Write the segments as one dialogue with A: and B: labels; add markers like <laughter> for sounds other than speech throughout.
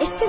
A: Este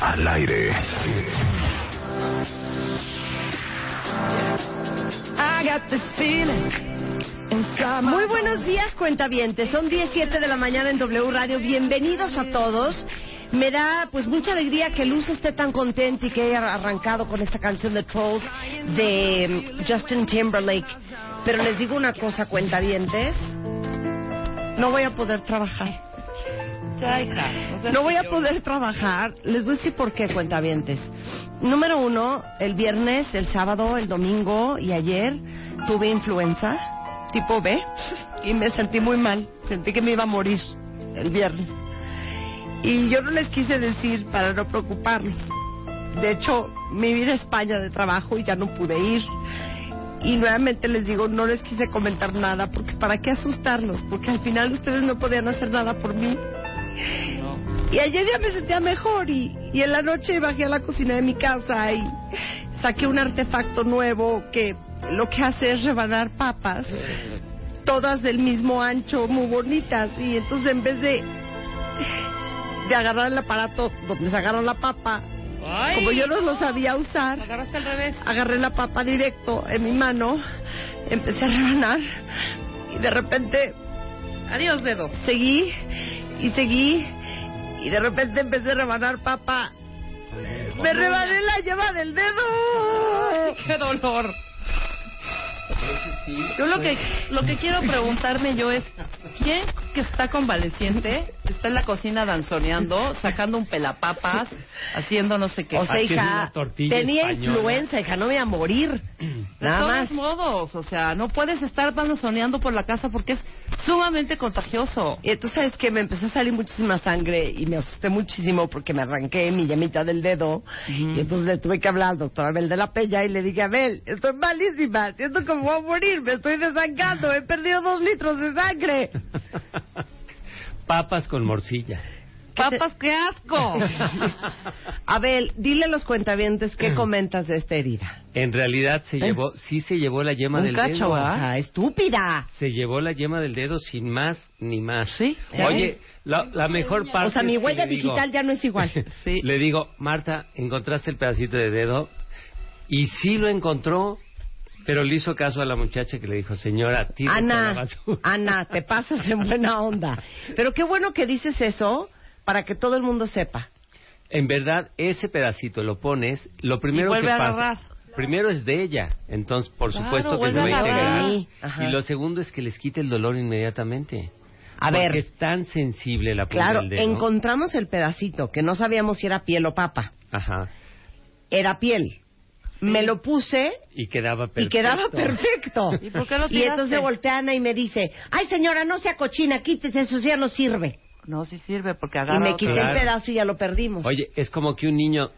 B: Al aire.
C: Muy buenos días, cuentavientes. Son 17 de la mañana en W Radio. Bienvenidos a todos. Me da pues mucha alegría que Luz esté tan contenta y que haya arrancado con esta canción de Trolls de mm, Justin Timberlake. Pero les digo una cosa, cuentavientes. No voy a poder trabajar. No voy a poder trabajar. Les voy a decir por qué, cuentavientes. Número uno, el viernes, el sábado, el domingo y ayer tuve influenza tipo B y me sentí muy mal. Sentí que me iba a morir el viernes. Y yo no les quise decir para no preocuparlos. De hecho, me vine a España de trabajo y ya no pude ir. Y nuevamente les digo, no les quise comentar nada, porque para qué asustarlos, porque al final ustedes no podían hacer nada por mí. Y ayer ya me sentía mejor y, y en la noche bajé a la cocina de mi casa y saqué un artefacto nuevo que lo que hace es rebanar papas, todas del mismo ancho, muy bonitas. Y entonces en vez de, de agarrar el aparato donde se agarra la papa, como yo no lo sabía usar,
D: Agarraste al revés.
C: agarré la papa directo en mi mano, empecé a rebanar y de repente
D: Adiós, dedo.
C: seguí y seguí y de repente empecé a rebanar papa. Me rebané la lleva del dedo.
D: ¡Qué dolor! Yo lo que, lo que quiero preguntarme yo es, ¿quién que está convaleciente está en la cocina danzoneando, sacando un pelapapas, haciendo no sé qué?
C: O sea,
E: Haciendo
C: hija,
E: una tortilla
C: tenía
E: española.
C: influenza, hija, no me iba a
E: <clears throat>
C: morir.
D: de
C: Nada
D: todos
C: más.
D: modos, o sea, no puedes estar danzoneando por la casa porque es sumamente contagioso.
C: Y entonces, ¿sabes que Me empezó a salir muchísima sangre y me asusté muchísimo porque me arranqué mi llamita del dedo. Y entonces le tuve que hablar al doctor Abel de la Peña y le dije, Abel, estoy malísima, siento que me voy a morir, me estoy desangrando, he perdido dos litros de sangre.
E: <laughs> Papas con morcilla.
D: ¡Papas, qué asco!
C: <laughs> Abel, dile a los cuentavientes qué comentas de esta herida.
E: En realidad se llevó, sí se llevó la yema
D: Eh. Un
E: del
D: cacho,
E: dedo.
D: ¿verdad?
C: Ah, estúpida.
E: Se llevó la yema del dedo sin más ni más.
D: Sí. Eh.
E: Oye, la, la mejor parte.
C: O sea, mi
E: es que
C: huella
E: le digo- <laughs>
C: digital ya no es igual.
D: Sí.
E: Le digo, Marta, encontraste el pedacito de dedo. Y sí lo encontró, pero le hizo caso a la muchacha que le dijo, señora, tira la
C: Ana,
E: basura.
C: Ana, te pasas en buena onda. Pero qué bueno que dices eso para que todo el mundo sepa.
E: En verdad, ese pedacito lo pones, lo primero
D: vuelve
E: que
D: a
E: pasa.
D: agarrar.
E: Primero es de ella, entonces por
D: Claro,
E: supuesto que
D: vuelve
E: se va a
D: a agarrar.
E: integrar.
C: Sí, ajá.
E: Y lo segundo es que les quite el dolor inmediatamente.
C: A
E: Porque
C: ver.
E: es tan sensible la punta
C: Claro,
E: del dedo.
C: encontramos el pedacito que no sabíamos si era piel o papa.
E: Ajá.
C: Era piel. Me lo puse
E: Y quedaba perfecto.
C: y quedaba perfecto.
D: ¿Y por qué lo
C: Y entonces
D: tiraste?
C: voltea Ana y me dice, ay señora, no sea cochina, quítese, eso ya no sirve.
D: No, sí sirve porque agarra
C: Y me
D: otro.
C: quité el
E: Claro.
C: pedazo y ya lo perdimos.
E: Oye, es como que un niño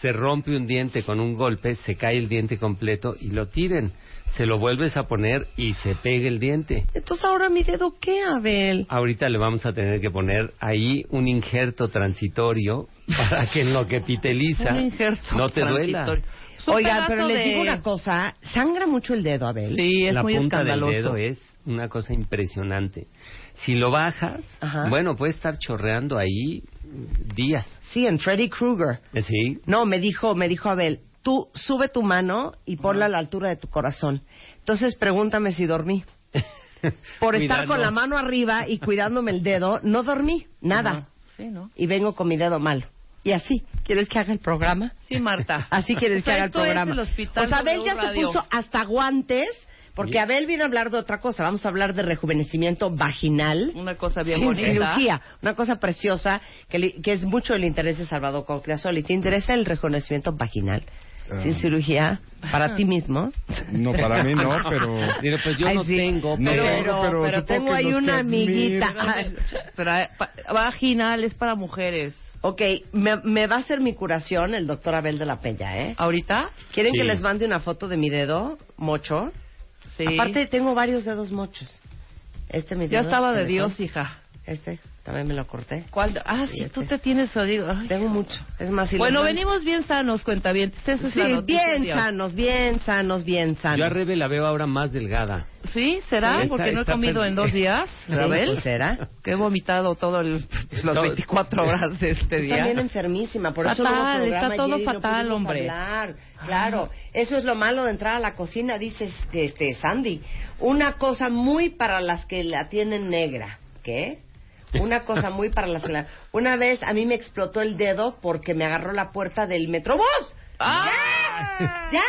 E: se rompe un diente con un golpe, se cae el diente completo y lo tiren. Se lo vuelves a poner y se pega el diente.
C: Entonces ahora mi dedo, ¿qué, Abel?
E: Ahorita le vamos a tener que poner ahí un injerto transitorio <laughs> para que en lo que piteliza
D: Un injerto
E: no te duela.
D: transitorio. Es un
C: Oigan,
D: pedazo
C: pero les
D: de-
C: digo una cosa, sangra mucho el dedo, Abel.
D: Sí, es
E: la
D: muy
E: punta
D: escandaloso.
E: del dedo es una cosa impresionante. Si lo bajas,
C: Ajá.
E: bueno, puede estar chorreando ahí días.
C: Sí, en Freddy Krueger.
E: Eh, Sí,
C: No, me dijo, me dijo Abel, tú sube tu mano y ponla a la altura de tu corazón. Entonces pregúntame si dormí. Por estar
E: <laughs> Mira,
C: con
E: no.
C: la mano arriba y cuidándome el dedo, no dormí, nada.
D: Ajá. Sí, ¿no?
C: Y vengo con mi dedo malo. Y así, ¿quieres que haga el programa?
D: Sí, Marta.
C: <laughs> Así
D: que
C: quieres que haga el programa.
D: Es el hospital
C: o sea, Abel ya
D: W
C: se
D: Radio.
C: puso hasta guantes, porque
E: Sí.
C: Abel viene a hablar de otra cosa. Vamos a hablar de rejuvenecimiento vaginal.
D: una cosa bien
C: sin
D: bonita.
C: cirugía, una cosa preciosa que, li- que es mucho el interés de Salvador Cocleasoli. ¿Te interesa el reconocimiento vaginal
F: Ah.
C: sin cirugía para ti mismo?
F: No, para mí
C: <laughs>
F: no, pero...
E: Digo, pues yo
C: Ay,
E: no
C: sí.
E: tengo,
F: No
E: pero...
F: tengo, pero supongo
C: tengo
F: que
C: ahí
F: los que
C: una
F: admiran-
C: amiguita.
D: Pero, eh, pa- vaginal es para mujeres.
C: Ok, me, me va a hacer mi curación el doctor Abel de la Peña, ¿eh?
D: ¿Ahorita?
C: ¿Quieren
E: Sí.
C: que les mande una foto de mi dedo mocho?
D: Sí.
C: Aparte, tengo varios dedos mochos. Este mi
D: ya
C: dedo.
D: estaba de
C: ¿me
D: Dios,
C: dejó?
D: hija.
C: Este, también me lo corté.
D: ¿Cuál? Ah, sí,
C: Fíjate.
D: tú te tienes, o digo. ay.
C: Tengo mucho. Es más, si
D: Bueno,
C: los-
D: venimos bien sanos, cuentavientes. Eso es
C: Sí,
D: la noticia
C: bien
D: de hoy.
C: sanos, bien sanos, bien sanos.
E: Yo a Rebe la veo ahora
C: <laughs>
E: más delgada.
D: ¿Sí? ¿Será?
E: Está-
D: Porque no he
E: está
D: comido
E: perdi-
D: en dos días,
C: Sí,
D: Isabel.
C: pues
D: <laughs>
C: será.
D: Que he vomitado
C: <laughs>
D: todo el, los
E: Todo.
D: 24 horas de este día.
C: También enfermísima, por eso
D: Fatal,
C: no hubo programa
D: está todo
C: ayer y no
D: fatal,
C: pudimos
D: hombre. Ah.
C: hablar. Claro, eso es lo malo de entrar a la cocina, dice este, este, Sandy. Una cosa muy para las que la tienen negra, ¿qué? Una cosa muy para las que
D: <laughs>
C: la... Una vez a mí me explotó el dedo porque me agarró la puerta del metrobús.
D: ¡Ah!
C: ¡Ya! ¡Ya!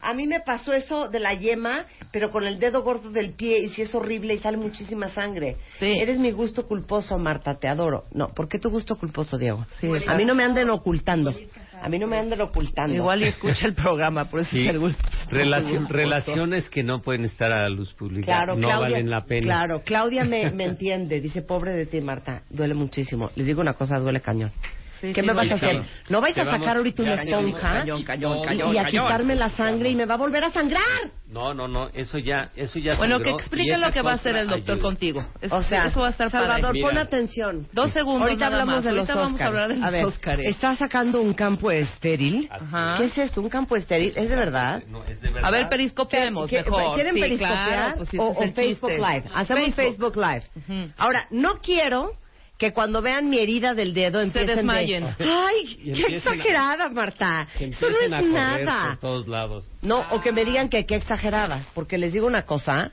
C: A mí me pasó eso de la yema, pero con el dedo gordo del pie, y si es horrible y sale muchísima sangre.
D: Sí.
C: Eres mi gusto culposo, Marta, te adoro. No, ¿por qué tu gusto culposo, Diego?
D: Sí,
C: a
D: exacto.
C: mí no me anden ocultando. A mí no me anden ocultando.
D: Igual y escucha el programa, por eso
E: Sí.
D: es el gusto.
E: Relaci- relaciones que no pueden estar a la luz pública.
C: Claro,
E: no
C: Claudia,
E: valen la pena.
C: Claro, Claudia
E: <laughs>
C: me, me entiende. Dice, pobre de ti, Marta, duele muchísimo. Les digo una cosa, duele cañón.
D: Sí,
C: ¿Qué
D: sí,
C: me vas
D: duele
C: a hacer?
E: cañón.
C: ¿No vais
E: Te
C: a
E: vamos-
C: sacar ahorita una
E: ya, cañón,
C: esponja
E: cañón, cañón,
C: y-
E: Oh, cañón,
C: y a
E: cañón.
C: quitarme la sangre y me va a volver a sangrar?
E: No, no, no, eso ya, eso ya.
D: Bueno,
E: sangró
D: que
E: y
D: explique
E: esa
D: lo que va a hacer el
E: contra
D: doctor
E: ayuda.
D: contigo. Es-
C: O sea,
D: eso va a estar padre.
C: Salvador,
E: Mira.
C: pon atención.
D: Dos segundos
C: Ahorita
D: nada
C: hablamos
D: más.
C: de los
D: Ahorita vamos a
C: Óscares.
D: hablar de los Óscares. Ah.
C: Está sacando un campo estéril.
D: Ajá.
C: ¿Qué es esto? ¿Un campo estéril? ¿Es de verdad?
E: No, es de verdad.
D: A ver, periscopeemos
C: ¿Qué-
D: mejor.
C: ¿Quieren
D: sí,
C: periscopear
D: claro, pues, sí,
C: o,
D: ese es
C: o
D: el
C: Facebook
D: chiste.
C: Live? Hacemos Facebook, Live.
D: Ujú.
C: Ahora, no quiero que cuando vean mi herida del dedo empiecen de-
D: desmayen.
C: ¡Ay,
E: Y
C: qué
E: empiecen a-
C: exagerada, Marta!
E: Que
C: Eso no es
E: empiecen a correr
C: nada.
E: Por todos lados.
C: No, o que me digan que qué exagerada, porque les digo una cosa,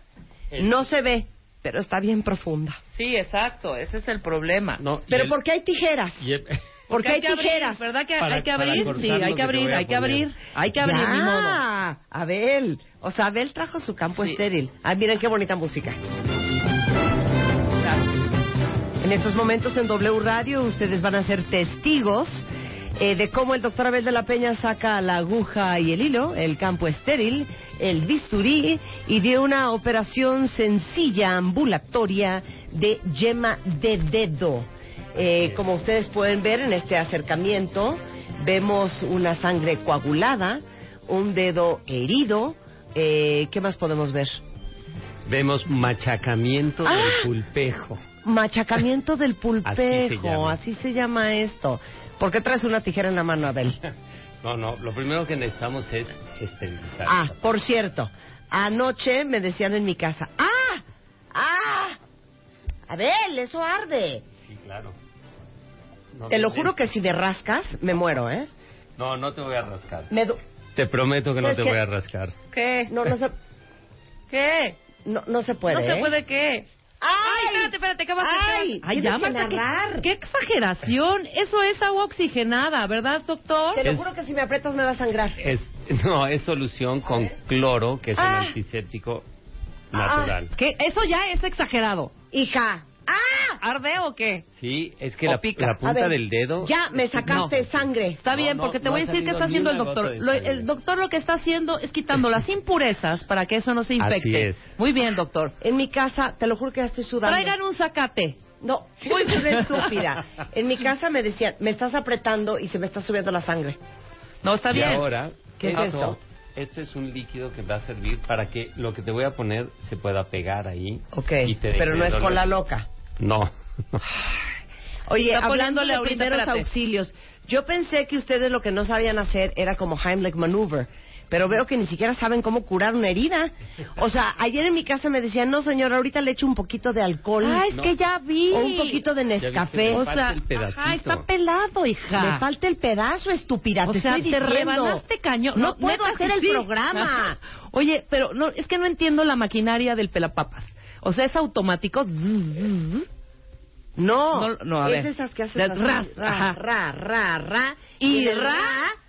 E: Eh.
C: no se ve, pero está bien profunda.
D: Sí, exacto. Ese es el problema.
E: No, y
C: Pero
E: el-
C: porque hay tijeras.
E: y el-
C: Porque <laughs> hay
D: que abrir,
C: tijeras.
D: ¿Verdad que
E: Para-
D: hay que
E: para
D: abrir?
E: cortar
D: Sí,
E: lo
D: hay
E: que
D: que
E: te
D: abrir,
E: voy a
D: hay que
E: poner.
D: abrir. Hay que abrir,
C: Ya.
D: ni modo.
C: Abel. O sea, Abel trajo su campo
D: Sí.
C: estéril. Ah, miren qué bonita música. En estos momentos en W Radio ustedes van a ser testigos eh, de cómo el doctor Abel de la Peña saca la aguja y el hilo, el campo estéril, el bisturí y de una operación sencilla, ambulatoria, de yema de dedo. Eh, como ustedes pueden ver en este acercamiento, vemos una sangre coagulada, un dedo herido. eh, ¿Qué más podemos ver?
E: Vemos machacamiento
C: Ah.
E: del pulpejo.
C: Machacamiento del
E: Así se
C: pulpejo,
E: llama.
C: así se llama esto. ¿Por qué traes una tijera en la mano,
E: <laughs>
C: Abel?
E: No, no, lo primero que necesitamos es esterilizar.
C: Ah, por cierto, anoche me decían en mi casa, ¡ah! ¡ah! Abel, eso arde.
E: Sí, claro. No,
C: Te lo
E: no,
C: juro que si me rascas, me muero, ¿eh?
E: No, no te voy a rascar.
C: Me du-
E: Te prometo que no
C: Es
E: te
C: que-
E: voy a rascar.
D: ¿Qué?
C: no, no se,
D: ¿Qué?
C: no, no se puede,
D: ¿No
C: ¿eh?
D: se puede qué?
C: ¡Ay!
D: espérate, espérate, ¿qué vas a hacer?
C: ¡Ay!
D: Ay,
C: Tienes
D: ya,
C: que
D: Marta,
C: narrar.
D: qué, qué exageración. Eso es agua oxigenada, ¿verdad, doctor?
C: Te lo
E: Es-
C: juro que si me aprietas me va a sangrar.
E: Es, no, es solución con cloro, que es
C: Ah.
E: un antiséptico
C: Ah.
E: natural.
D: ¿Qué? Eso ya es exagerado.
C: Hija, ¡ah!
D: ¿Arde o qué?
E: Sí, es que
D: O
E: la,
D: pica.
E: la
C: A
E: punta
C: ver,
E: del dedo.
C: Ya me sacaste sangre.
D: Está
E: No,
D: bien,
E: no,
D: porque te
E: no
D: voy
E: ha
D: a decir qué
E: salido
D: está
E: ni
D: haciendo el
E: una gota
D: doctor.
E: de
D: Lo-
E: sangre.
D: el doctor lo que está haciendo es
E: <laughs>
D: quitando las impurezas para que eso no se infecte.
E: Así es.
D: Muy bien, doctor.
C: En mi casa, te lo juro que ya estoy sudando.
D: Traigan un zacate.
C: No, muy estúpida. En mi casa me decían, me estás apretando y se me está subiendo la sangre.
D: No, está bien.
E: Y ahora,
C: ¿Qué es esto?
E: Este es un líquido que va a servir para que lo que te voy a poner se pueda pegar ahí.
C: Ok,
E: y te deje
C: pero no
E: de
C: es
E: doler.
C: con la loca. <laughs>
E: No.
C: Oye,
D: Está
C: hablando
D: poniéndole
C: de
D: ahorita,
C: primeros
D: espérate.
C: auxilios, yo pensé que ustedes lo que no sabían hacer era como Heimlich Maneuver, pero veo que ni siquiera saben cómo curar una herida. O sea, ayer en mi casa me decían, no señora, ahorita le echo un poquito de alcohol
D: Ah, es
E: No.
D: que ya vi.
C: o un poquito de
E: viste,
C: Nescafé.
E: me
D: O
C: O
E: falta
D: sea,
E: el pedacito.
D: ajá, está pelado, hija.
C: Me falta el pedazo, estúpida.
D: O
C: te
D: sea,
C: estoy
D: te
C: diciendo.
D: rebanaste cañón.
C: No, puedo
D: neta,
C: hacer
D: sí,
C: el
D: sí.
C: programa.
D: <laughs> Oye, pero no, es que no entiendo la maquinaria del pelapapas. O sea, es automático.
C: No,
D: No, no, a
C: Oh, es
D: ver.
C: esas que haces
D: Del
C: así,
D: ras,
C: ra,
D: ajá.
C: ra, ra, ra,
D: Y,
C: en el
D: ra,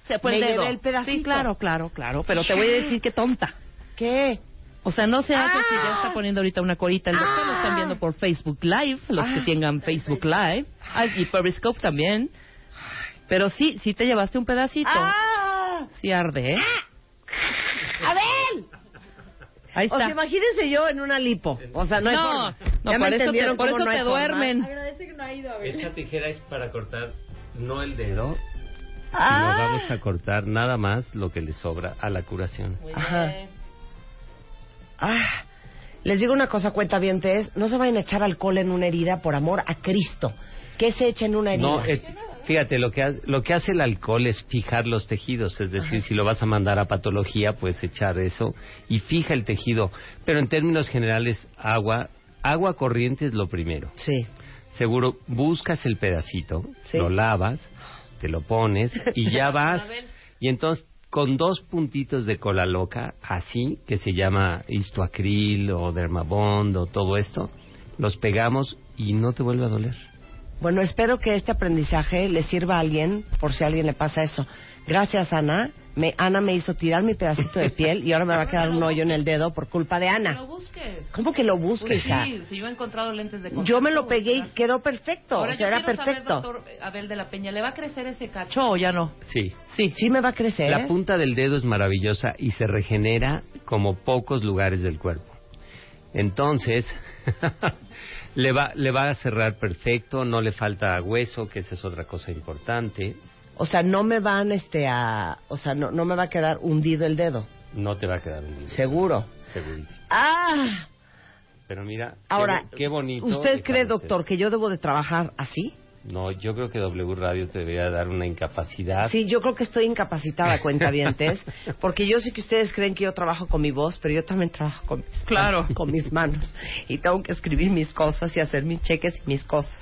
D: se fue el
C: me
D: dedo.
C: llevé el pedacito.
D: Sí, claro, claro, claro. Pero te voy a decir que tonta.
C: ¿Qué?
D: O sea, no se hace
C: Ah.
D: si ya está poniendo ahorita una corita. El doctor lo están viendo por Facebook Live, los
C: Ah.
D: que tengan Facebook Live. Ah, y Periscope también. Pero sí, sí te llevaste un pedacito.
C: ¡Ah!
D: Sí arde, ¿eh?
C: ¡Abel!
D: Ahí
C: O
D: está.
C: sea, imagínense yo en una lipo. O sea, no hay
D: no,
C: forma.
D: no,
C: Ya me
D: por eso te,
C: entendieron
D: por
C: cómo
D: eso
C: no hay
D: te
C: forma.
D: duermen.
G: no ha ido a ver.
E: Esta tijera es para cortar no el dedo.
C: Ah.
E: Sino vamos a cortar nada más lo que le sobra a la curación.
D: Muy
C: Ajá.
D: bien.
C: Ah, les digo una cosa, cuenta bien, no se vayan a echar alcohol en una herida por amor a Cristo. ¿Qué se echa en una herida?
E: No, eh, fíjate, lo que, ha- lo que hace el alcohol es fijar los tejidos, es decir, si lo vas a mandar a patología, puedes echar eso y fija el tejido. Pero en términos generales, agua, agua corriente es lo primero.
C: Sí.
E: Seguro, buscas el pedacito,
C: Sí.
E: lo lavas, te lo pones y ya vas.
D: Abel.
E: Y entonces, con dos puntitos de cola loca, así, que se llama histoacril o dermabond o todo esto, los pegamos y no te vuelve a doler.
C: Bueno, espero que este aprendizaje le sirva a alguien por si a alguien le pasa eso. Gracias, Ana. Me, Ana me hizo tirar mi pedacito de piel y ahora me va a quedar un hoyo en el dedo por culpa de
D: Lo
C: Ana.
D: busques.
C: ¿Cómo que lo busque,
D: Pues
C: hija?
D: sí, si yo he encontrado lentes de contacto.
C: Yo me lo pegué y
D: ¿verdad?
C: quedó perfecto.
D: Ahora
C: o sea,
D: yo
C: era
D: quiero
C: perfecto.
D: Saber, doctor Abel de la Peña, ¿le va a crecer ese cacho o ya no?
E: Sí.
C: sí. Sí me va a crecer.
E: La punta del dedo es maravillosa y se regenera como pocos lugares del cuerpo. Entonces, <laughs> le, va, le va a cerrar perfecto, no le falta hueso, que esa es otra cosa importante.
C: O sea, no me van este a, o sea, no, no me va a quedar hundido el dedo,
E: No te va a quedar un
C: seguro.
E: Segurísimo.
C: Ah,
E: Pero mira, qué
C: ahora
E: bo- qué, bonito.
C: ¿Usted cree,
E: dejarlo ser.
C: doctor, que yo debo de trabajar así?
E: No, yo creo que W Radio te debería dar una incapacidad.
C: Sí, yo creo que estoy
D: <laughs>
C: incapacitada,
E: <laughs>
C: cuentavientes, porque yo sé que ustedes creen que yo trabajo con mi voz, pero yo también trabajo con mis,
D: Claro.
C: con mis manos y tengo que escribir mis cosas y hacer mis cheques y mis cosas.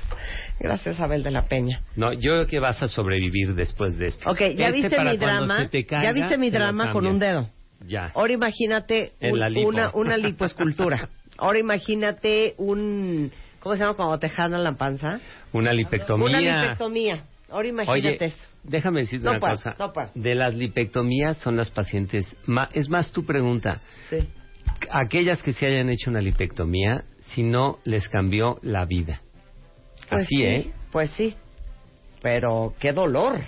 C: Gracias, Abel de la Peña.
E: No, yo creo que vas a sobrevivir después de esto.
C: Ok, ya
E: Este
C: viste
E: para
C: mi
E: cuando se
C: drama,
E: te
C: ya
E: caiga,
C: viste mi
E: te lo
C: drama con un
E: cambias.
C: dedo.
E: Ya.
C: Ahora imagínate
E: En
C: un-
E: la lipo.
C: una, una lipoescultura. Ahora imagínate un... ¿Cómo se llama cuando te jalan la panza?
E: Una lipectomía.
C: Una lipectomía. Ahora imagínate
E: Oye,
C: eso.
E: déjame decirte
C: No
E: una
C: puedo,
E: cosa.
C: no puedo.
E: De las lipectomías son las pacientes más... Es más, tu pregunta.
C: Sí.
E: Aquellas que se hayan hecho una lipectomía, si no les cambió la vida.
C: Pues
E: Así,
C: sí,
E: ¿eh?
C: Pues sí. Pero qué dolor.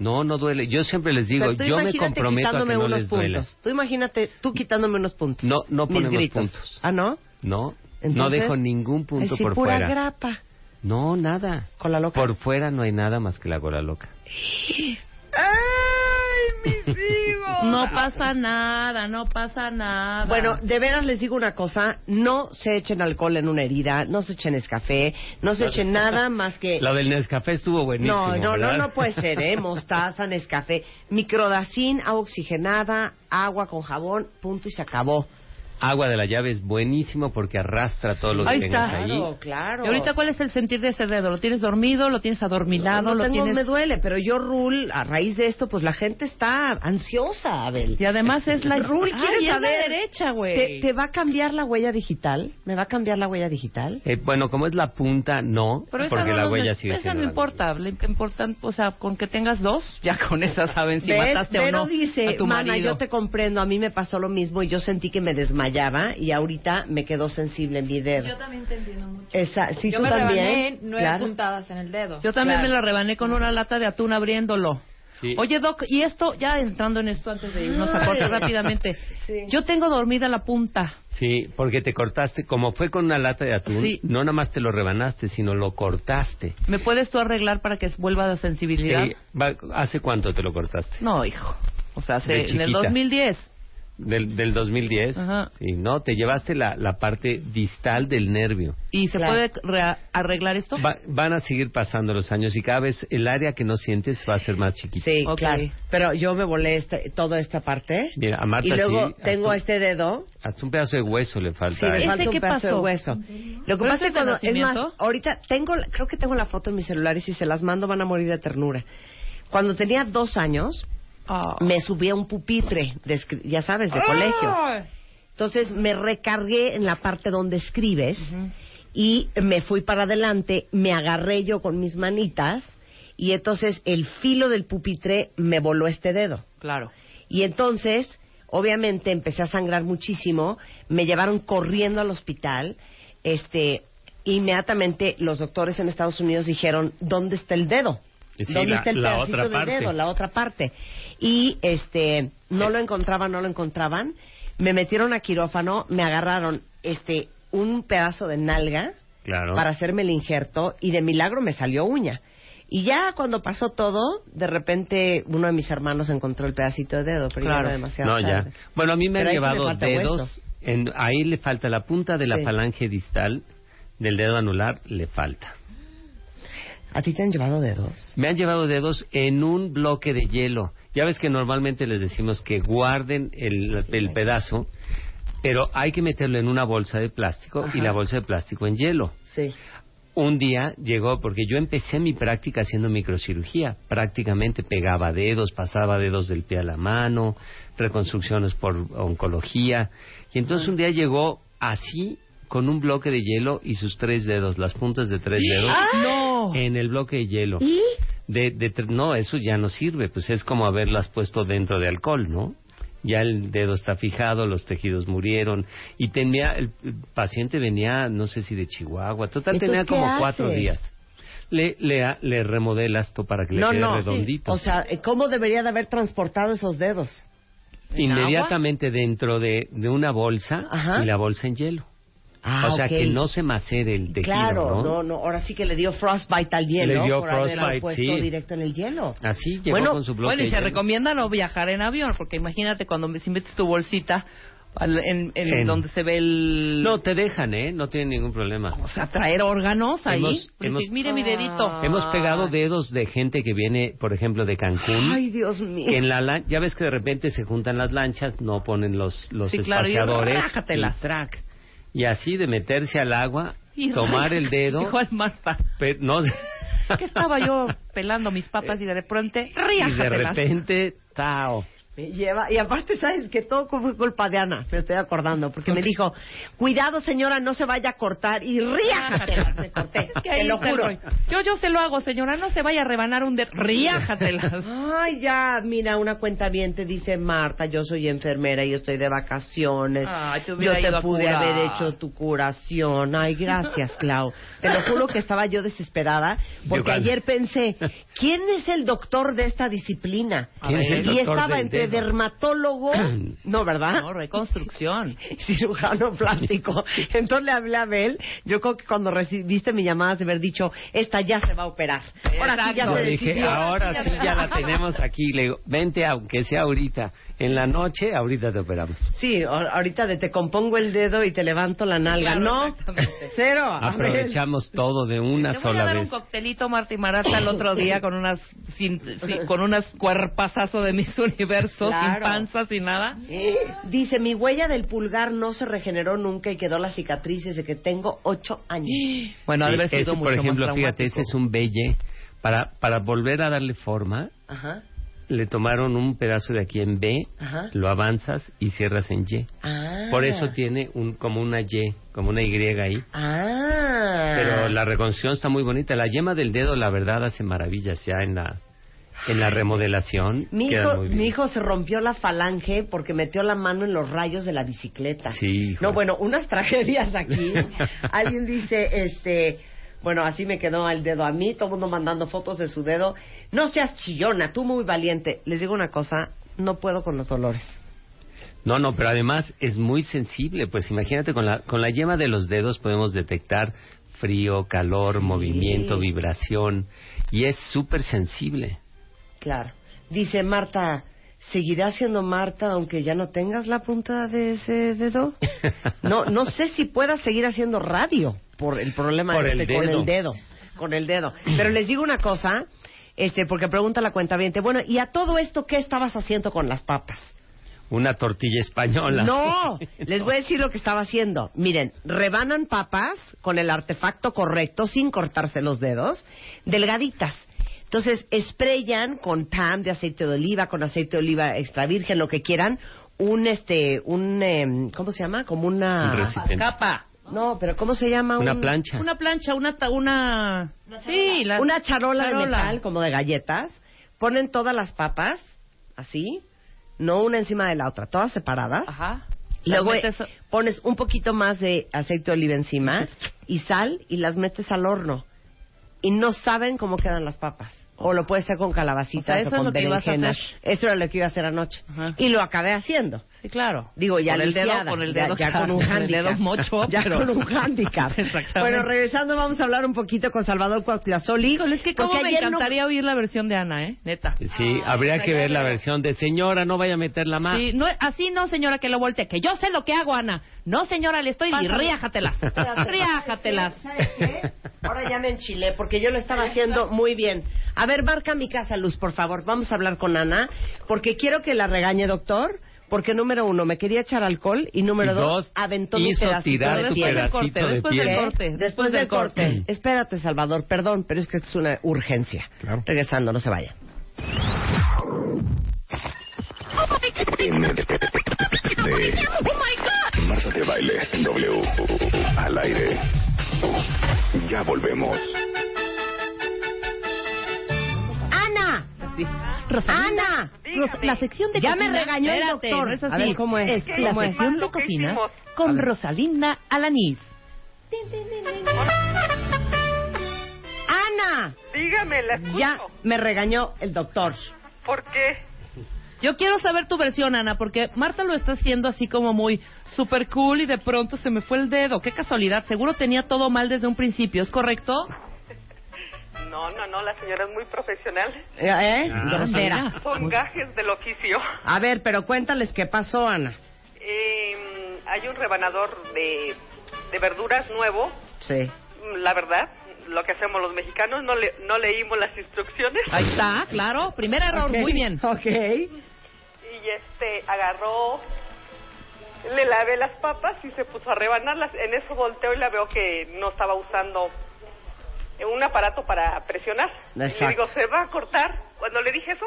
E: No, no duele. Yo siempre les digo,
C: O sea, tú
E: yo me
C: imagínate
E: comprometo a
C: quitándome
E: que no
C: unos
E: les
C: puntos.
E: duela.
C: Tú imagínate tú quitándome unos puntos.
E: No, no
C: Mis
E: ponemos
C: gritos.
E: puntos.
C: Ah, ¿no?
E: No, no
C: Entonces,
E: dejo ningún punto
C: Ay, sí,
E: por
C: pura
E: fuera.
C: grapa.
E: No, nada.
C: Con la loca.
E: Por fuera no hay nada más que la gola loca. <laughs>
D: No pasa nada, no pasa nada.
C: Bueno, de veras les digo una cosa, no se echen alcohol en una herida, no se echen escafé, no se echen nada más
D: <laughs>
C: que...
E: Lo del Nescafé estuvo buenísimo,
C: Eh, No, no, no,
E: ¿verdad?
C: no puede ser, ¿eh? Mostaza, Nescafé, microdacin, agua oxigenada, agua con jabón, punto y se acabó.
E: <laughs> Agua de la llave es buenísimo porque arrastra todo lo que
D: Ahí
E: tengas
D: está.
E: ahí.
C: Claro, claro.
D: ¿Y ahorita cuál es el sentir de ese dedo? ¿Lo tienes dormido? ¿Lo tienes adormilado?
C: No
D: ¿Lo
C: tengo-
D: tienes...
C: me duele, pero yo, Rul, a raíz de esto, pues la gente está ansiosa, Abel.
D: Y además es la...
C: Rul,
D: Ay,
C: ¿quieres
D: es la
C: saber?
D: derecha,
C: ¿Te,
D: güey.
C: te va a cambiar la huella digital? ¿Me va a cambiar la huella digital?
E: Eh, bueno, como es la punta, no,
D: Pero esa
E: porque
D: no
E: la
D: nos-
E: huella sigue
D: esa
E: siendo
D: no
E: la
D: importa, lo que importan, o sea, con que tengas dos, <laughs> ya con esa saben si
C: ¿Ves?
D: mataste o
C: Vero
D: no
C: dice,
D: a tu
C: "Mana,
D: marido.
C: yo te comprendo, a mí me pasó lo mismo y yo sentí que me desmayaba y ahorita me quedó sensible en mi dedo. Yo también te entiendo mucho. Esa, sí,
G: Yo
C: tú
G: me
C: también.
G: rebané nueve
C: Claro.
G: puntadas en el dedo.
D: Yo también
C: Claro.
D: me la rebané con una lata de atún abriéndolo.
E: Sí.
D: Oye, Doc, y esto, ya entrando en esto antes de irnos a corte
C: Ay.
D: rápidamente.
C: Sí.
D: Yo tengo dormida la punta.
E: Sí, porque te cortaste, como fue con una lata de atún,
D: Sí.
E: no nada más te lo rebanaste, sino lo cortaste.
D: ¿Me puedes tú arreglar para que vuelva la sensibilidad?
E: Eh, va- ¿Hace cuánto te lo cortaste?
D: No, hijo. O sea, hace-
E: De
D: en el
E: chiquita.
D: 2010.
E: Del, del 2010.
D: Ajá.
E: Sí, no, te llevaste la, la parte distal del nervio.
D: ¿Y se
C: Claro.
D: puede re- arreglar esto?
E: Va- van a seguir pasando los años y cada vez el área que no sientes va a ser más chiquita.
C: Sí,
D: Ok.
C: claro. Pero yo me volé este- toda esta parte.
E: Mira, a Marta
C: y luego
E: sí,
C: tengo
E: hasta-
C: este dedo
E: Hasta un pedazo de hueso le falta.
C: Sí, me
E: ahí.
D: ¿Ese
C: falta un
D: qué
C: pedazo de
D: pasó?
C: hueso. Lo que
D: ¿Pero
C: pasa
D: ese
C: es
D: es de
C: cuando, es más,
D: nacimiento?
C: ahorita tengo, la- creo que tengo la foto en mi celular y si se las mando van a morir de ternura. Cuando tenía dos años,
D: Ah.
C: me subí a un pupitre, de escri- ya sabes, de colegio.
D: Ah.
C: Entonces me recargué en la parte donde escribes
D: Ujú.
C: y me fui para adelante, me agarré yo con mis manitas y entonces el filo del pupitre me voló este dedo.
D: Claro.
C: Y entonces, obviamente, empecé a sangrar muchísimo. Me llevaron corriendo al hospital. Este, inmediatamente los doctores en Estados Unidos dijeron, ¿dónde está el dedo?
E: Y sí,
C: ¿Dónde
E: la-
C: está el
E: la
C: pedacito
E: otra
C: del
E: parte.
C: dedo? La otra parte. Y este, no lo encontraban, no lo encontraban. Me metieron a quirófano, me agarraron este, un pedazo de nalga
E: Claro.
C: para hacerme el injerto y de milagro me salió uña. Y ya cuando pasó todo, de repente uno de mis hermanos encontró el pedacito de dedo, pero ya
D: Claro.
C: era demasiado
E: No, ya.
C: tarde.
E: Bueno, a mí
C: Pero
E: me han
C: ahí sí me
E: llevado
C: falta
E: dedos.
C: hueso.
E: en- ahí le falta la punta de la
C: Sí.
E: falange distal del dedo anular, le falta.
C: ¿A ti te han llevado dedos?
E: Me han llevado dedos en un bloque de hielo. Ya ves que normalmente les decimos que guarden el, el pedazo, pero hay que meterlo en una bolsa de plástico y
C: Ajá.
E: la bolsa de plástico en hielo.
C: Sí.
E: Un día llegó, porque yo empecé mi práctica haciendo microcirugía. Prácticamente pegaba dedos, pasaba dedos del pie a la mano, reconstrucciones por oncología. Y entonces un día llegó así, con un bloque de hielo y sus tres dedos, las puntas de tres dedos,
C: Oh.
D: ¡No!
E: en el bloque de hielo. De, de tre- no, eso ya no sirve, pues es como haberlas puesto dentro de alcohol, ¿no? Ya el dedo está fijado, los tejidos murieron y tenía el el paciente venía, no sé si de Chihuahua, total
C: Entonces,
E: tenía
C: ¿qué
E: como cuatro
C: haces?
E: días. Le, le, a- le remodelas tú para que le
C: No,
E: quede
C: no.
E: redondito.
C: O sea, ¿cómo debería de haber transportado esos dedos?
E: Inmediatamente dentro de, de una bolsa
C: Ajá.
E: y la bolsa en hielo.
C: Ah,
E: o sea,
C: ok.
E: que no se macere el tejido,
C: Claro,
E: ¿no?
C: no, ahora sí que le dio frostbite al hielo
E: Le dio
C: por haberlo
E: frostbite,
C: puesto
E: sí.
C: directo en el hielo.
E: Así llegó
C: Bueno,
E: con su bloque
D: Bueno, y
E: de
D: se
E: hielo.
D: recomienda no viajar en avión, porque imagínate cuando me- si metes tu bolsita al- en, en
E: En-
D: donde se ve el...
E: No, te dejan, ¿eh? No tienen ningún problema.
D: o sea, traer órganos ahí.
E: Hemos-
D: Pues
E: hemos-
D: sí, mire mi dedito.
E: Hemos pegado dedos de gente que viene, por ejemplo, de Cancún.
C: Ay, Dios mío.
E: que en la lan- ya ves que de repente se juntan las lanchas, no ponen los, los
D: Sí, claro, y
E: espaciadores.
D: rájatelas.
E: y track. Y así de meterse al agua,
D: Ah. Y
E: tomar
D: <laughs>
E: el dedo.
D: Igual Marta.
E: pe- no,
D: Que estaba yo pelando mis papas y de repente...
E: <laughs> y de
D: ríajatelas.
E: repente, tao.
C: Me lleva, y aparte, ¿sabes que Todo fue culpa de Ana, me estoy acordando, porque me dijo, cuidado señora, no se vaya a cortar,
D: <laughs>
C: y ríajatelas, me corté,
D: Es
C: te
D: que ahí
C: lo
D: está el
C: juro.
D: rollo. Yo, yo se lo hago, señora. No se vaya a rebanar un dedo. Riájatelas.
C: Ay, ya, mira, una cuenta bien te dice, Marta, yo soy enfermera y estoy de vacaciones,
D: Ay, te
C: yo
D: hubiera ido
C: te
D: a
C: pude
D: curar.
C: haber hecho tu curación, ay, gracias, Clau. Te lo juro que estaba yo desesperada, porque
E: Igual.
C: ayer pensé, ¿quién es el doctor de esta disciplina?
E: ¿Quién es el
C: y
E: doctor
C: estaba
E: del
C: entre
E: dedo?
C: dermatólogo,
E: <clears throat>
C: no, ¿verdad?
D: No, reconstrucción.
C: <laughs> cirujano plástico. Entonces le hablé a Abel. Yo creo que cuando recibiste mi llamada, de haber dicho, esta ya se va a operar. Ahora sí ya
D: Exacto.
C: se
E: Le dije,
C: decidió.
E: ahora sí ya la tenemos aquí. Le digo, vente aunque sea ahorita. En la noche, ahorita te operamos.
C: Sí, ahor- ahorita de te compongo el dedo y te levanto la nalga.
D: claro,
C: no,
D: exactamente.
C: <laughs> cero. Abel.
E: Aprovechamos todo de una
D: Te voy a
E: sola
D: dar un
E: vez.
D: coctelito, Marta y Marata, el otro día con unas sin- sin- con unas cuerpazazo de mis universos,
C: Claro.
D: sin panza, sin nada.
C: Eh, Dice, mi huella del pulgar no se regeneró nunca y quedó la cicatriz desde que tengo ocho
D: <gasps>
C: años.
D: Bueno,
E: Sí,
D: al haber sido
E: ese,
D: mucho
E: por ejemplo,
D: más
E: fíjate,
D: traumático.
E: ese es un belle. Para, para volver a darle forma,
C: Ajá.
E: le tomaron un pedazo de aquí en B,
C: Ajá.
E: lo avanzas y cierras en Y.
C: Ah.
E: Por eso tiene un, como una Y, como una Y ahí.
C: Ah.
E: Pero la reconstrucción está muy bonita. La yema del dedo, la verdad, hace maravillas ya en la, en la remodelación.
C: Mi
E: queda
C: hijo,
E: muy bien.
C: mi hijo se rompió la falange porque metió la mano en los rayos de la bicicleta.
E: Sí, hijo.
C: No, bueno, unas tragedias
E: <laughs>
C: aquí. Alguien dice, este, bueno, así me quedó el dedo a mí, todo el mundo mandando fotos de su dedo. No seas chillona, tú muy valiente. Les digo una cosa, no puedo con los dolores.
E: No, no, pero además es muy sensible. Pues imagínate, con la, con la yema de los dedos podemos detectar frío, calor, movimiento, vibración. Y es súper sensible.
C: Claro. Dice Marta, ¿seguirá siendo Marta aunque ya no tengas la punta de ese
E: <laughs>
C: dedo? No, no sé si pueda seguir haciendo radio por el problema
E: Por
C: este
E: el
C: con
E: dedo.
C: el dedo, con el dedo. Pero les digo una cosa, este, porque pregunta la cuenta bueno, y a todo esto qué estabas haciendo con las papas.
E: Una tortilla española.
C: No, les voy a decir lo que estaba haciendo. Miren, rebanan papas con el artefacto correcto, sin cortarse los dedos, delgaditas. Entonces, sprayan con pan de aceite de oliva, con aceite de oliva extra virgen, lo que quieran, un, este, un, em, ¿cómo se llama? Como una...
E: Un recipiente.
C: Capa. No, pero ¿cómo se llama?
E: <laughs> Una
C: Un-
E: plancha.
D: Una plancha, una... ta- una... Sí, la-
C: Una charola, de metal, como de galletas. Ponen todas las papas, así, no una encima de la otra, todas separadas.
D: Ajá.
C: Luego
D: Las metes-
C: eh, pones un poquito más de aceite de oliva encima y sal y las metes al horno. Y no saben cómo quedan las papas. O lo puedes hacer con calabacitas
D: O sea,
C: o,
D: eso es
C: con
D: lo que ibas a
C: berenjenas.
D: hacer.
C: Eso era lo que iba a hacer anoche.
D: Ajá.
C: Y lo acabé haciendo.
D: Sí, claro.
C: Digo, ya
D: con el dedo,
C: lisiada,
D: con el
C: ya-
D: dedo,
C: ya, con un
D: <laughs> con
C: handicap.
D: el dedo mocho,
C: <laughs> ya
D: pero-
C: con un handicap.
D: <laughs> Exactamente.
C: Bueno, regresando vamos a hablar un poquito con Salvador Cuauhtlazoli.
D: Híjole, es que como
C: porque
D: me
C: ayer no-
D: encantaría oír la versión de Ana, ¿eh? Neta.
E: Sí,
C: Ah,
E: habría que ver la versión de señora, no vaya a meterla más.
D: Sí, no, así no, señora, que lo voltee. Que yo sé lo que hago, Ana. No, señora, le estoy... Y
C: Pásale.
D: riájatelas. riájatelas.
C: ¿Sabes
D: <laughs>
C: qué? Ahora ya me enchilé porque yo lo estaba haciendo muy bien. A ver, marca mi casa, Luz, por favor. Vamos a hablar con Ana porque quiero que la regañe, doctor. Porque número uno, me quería echar alcohol y número
E: Y
C: dos,
E: dos,
C: aventó mi
E: hizo
C: pedacito
E: tirar
C: de
E: tu
C: piel.
E: pedacito de
D: después
E: piel.
D: del
E: ¿Eh?
D: corte.
C: Después del corte.
E: corte.
C: <clears throat> Espérate, Salvador, perdón, pero es que es una urgencia.
F: Claro.
C: Regresando, no se vaya.
B: De Marta de Baile W al aire. Ya volvemos.
C: ¡Ana!
D: Sí.
C: ¡Ana!
D: Ros- la sección de
C: Ya
D: cocina.
C: me regañó el
D: Espérate,
C: doctor.
D: no es así.
C: A ver, ¿cómo es?
D: la
C: ¿Cómo es?
D: sección de cocina con Rosalinda Alanís.
C: ¡Ana!
G: Dígame, la escucho.
C: Ya me regañó el doctor.
G: ¿Por qué?
D: Yo quiero saber tu versión, Ana, porque Marta lo está haciendo así como muy super cool y de pronto se me fue el dedo. Qué casualidad, seguro tenía todo mal desde un principio, ¿es correcto?
G: No, no, no, la señora es muy profesional.
C: ¿Eh? ¿Eh?
E: Ah,
C: Grosera.
D: mira.
G: Son gajes del oficio.
C: A ver, pero cuéntales qué pasó, Ana.
G: Eh, hay un rebanador de, de verduras nuevo.
C: Sí.
G: La verdad, lo que hacemos los mexicanos, no, le- no leímos las instrucciones.
C: Ah.
D: Ahí está, claro. Primer error,
C: Ok,
D: muy bien.
C: Ok.
G: Y este agarró, le lavé las papas y se puso a rebanarlas. En eso volteo y la veo que no estaba usando un aparato para presionar. Y
C: Exacto.
G: le digo, ¿se va a cortar? Cuando le dije eso,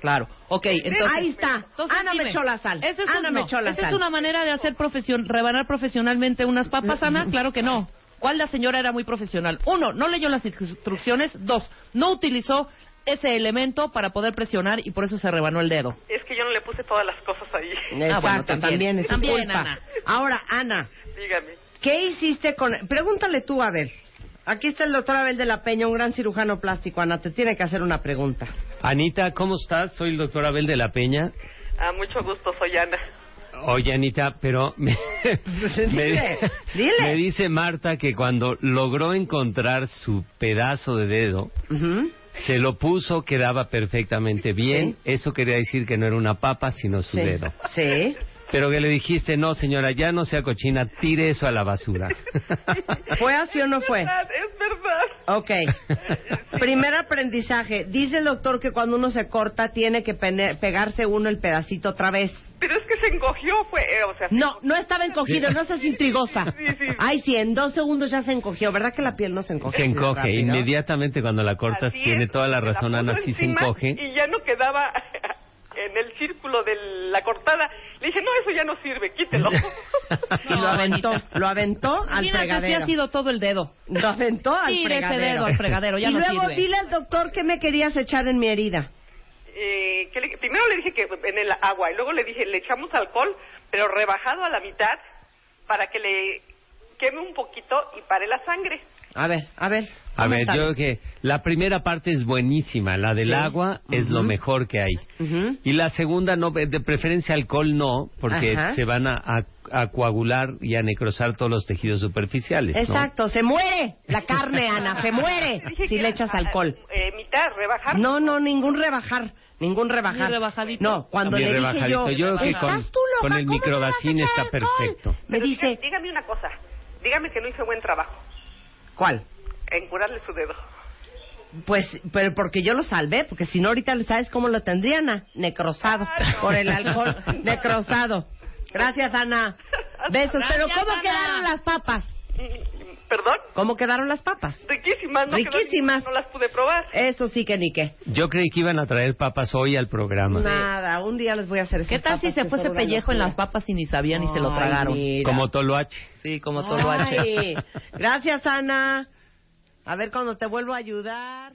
D: Claro. Ok, entonces.
C: Ahí está. Ana me
D: dime,
C: echó la sal.
D: ¿esa es
C: Ana
D: una,
C: me
D: no,
C: echó la
D: ¿esa
C: sal.
D: es una manera de hacer profesión, rebanar profesionalmente unas
C: <laughs>
D: papas, Ana? Claro que no. ¿Cuál la señora era muy profesional? Uno, no leyó las instrucciones. Dos, no utilizó ese elemento para poder presionar y por eso se rebanó el dedo.
G: es que yo no le puse todas las cosas ahí. <laughs>
C: Exacto,
D: Ah, bueno,
C: también,
D: también.
C: es su
D: También,
C: culpa.
D: Ana.
C: Ahora, Ana,
G: Dígame.
C: ¿qué hiciste con...? Pregúntale tú, Abel. Aquí está el doctor Abel de la Peña, un gran cirujano plástico. Ana, te tiene que hacer una pregunta.
E: Anita, ¿cómo estás? Soy el doctor Abel de la Peña.
G: A Ah, mucho gusto, soy Ana.
E: Oye, Anita, pero <laughs> me,
C: Pues Dile, dile.
E: me dice Marta que cuando logró encontrar su pedazo de dedo,
C: Ujú.
E: se lo puso, quedaba perfectamente bien. Eso quería decir que no era una papa, sino su
C: Sí.
E: dedo.
C: Sí.
E: Pero que le dijiste, no, señora, ya no sea cochina, tire eso a
C: <laughs>
E: la basura.
C: ¿Fue así o no fue?
G: Verdad, Es verdad.
C: Ok. Primer aprendizaje. Dice el doctor que cuando uno se corta tiene que pene- pegarse uno el pedacito otra vez.
G: Pero es que se encogió, fue, eh, o sea,
C: No, no estaba encogido, no seas intrigosa.
G: Sí, sí.
C: Ay, sí, en dos segundos ya se encogió. ¿Verdad que la piel no se encoge?
E: se encoge,
C: Rápido.
E: inmediatamente cuando la cortas,
G: así
E: tiene
G: es,
E: toda la
G: me
E: razón, Ana,
G: puso
E: sí se
G: encima
E: encoge.
G: Y ya no quedaba <laughs> en el círculo de la cortada. Le dije, no, eso ya no sirve,
E: <laughs>
G: quítelo.
C: Y lo aventó, lo aventó al
D: Imagínate si
C: fregadero.
D: ha sido todo el dedo.
C: Lo aventó al
D: Tire ese
C: fregadero.
D: dedo al fregadero, ya
C: y
D: no
C: luego
D: sirve.
C: dile al doctor que me querías echar en mi herida.
G: Eh, que le- primero le dije que en el agua y luego le dije, le echamos alcohol, pero rebajado a la mitad para que le queme un poquito y pare la sangre.
C: A ver, a ver.
E: A
C: ¿cómo
E: ver,
C: está?
E: yo creo que la primera parte es buenísima, la del
C: Sí.
E: agua es lo
C: Ujú.
E: mejor que hay.
C: Ujú.
E: Y la segunda, no, de preferencia alcohol no, porque
C: Ajá.
E: se van a, a- a coagular y a necrosar todos los tejidos superficiales. ¿no?
C: Exacto, se muere la carne, Ana, se muere
D: <laughs>
G: Le dije
C: si
G: que
C: le echas
G: a-
C: alcohol.
G: eh, mitad, rebajar.
C: No, no, ningún rebajar, ningún rebajar.
D: Ni rebajadito.
C: No, cuando
E: Ni
C: le dije yo,
E: rebajadito. Yo creo que
C: "¿Estás
E: con-
C: tú loca?
E: con
C: ¿Cómo
E: el
C: me vas a
E: microdacín
C: echar
E: está
C: alcohol?"
E: perfecto.
C: Me
G: Pero
C: dice,
G: diga- dígame una cosa, dígame que no hice buen trabajo
C: ¿cuál?
G: en curarle su dedo. <laughs>
C: Pues, pero porque yo lo salvé, porque si no ahorita sabes cómo lo tendría, Ana, necrosado por el alcohol, necrosado. Gracias, Ana. Besos. pero
D: Gracias,
C: ¿cómo
D: Ana.
C: quedaron las papas?
G: Mm, ¿Perdón?
C: ¿Cómo quedaron las papas?
G: Riquísimas, no quedó
C: Riquísimas.
G: ninguna, no las pude probar.
C: Eso sí que ni qué.
E: Yo creí que iban a traer papas hoy al programa.
C: Nada, un día les voy a hacer esas
D: ¿Qué tal si
C: papas
D: se
C: que
D: fuese
C: son una
D: pellejo en
C: locura.
D: las papas y ni sabían y se lo
C: Ay,
D: tragaron?
C: mira.
E: Como toloache.
D: Sí, como
C: Ay, Gracias, Ana. A ver cuando te vuelvo a ayudar.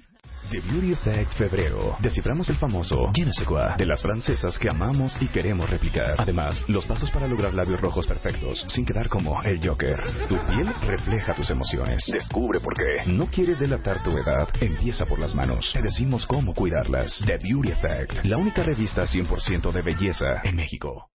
B: The Beauty Effect Febrero. Desciframos el famoso Je ne sais quoi de las francesas que amamos y queremos replicar. Además, los pasos para lograr labios rojos perfectos sin quedar como el Joker. Tu piel refleja tus emociones. Descubre por qué. No quieres delatar tu edad. Empieza por las manos. Te decimos cómo cuidarlas. The Beauty Effect, la única revista 100% de belleza en México.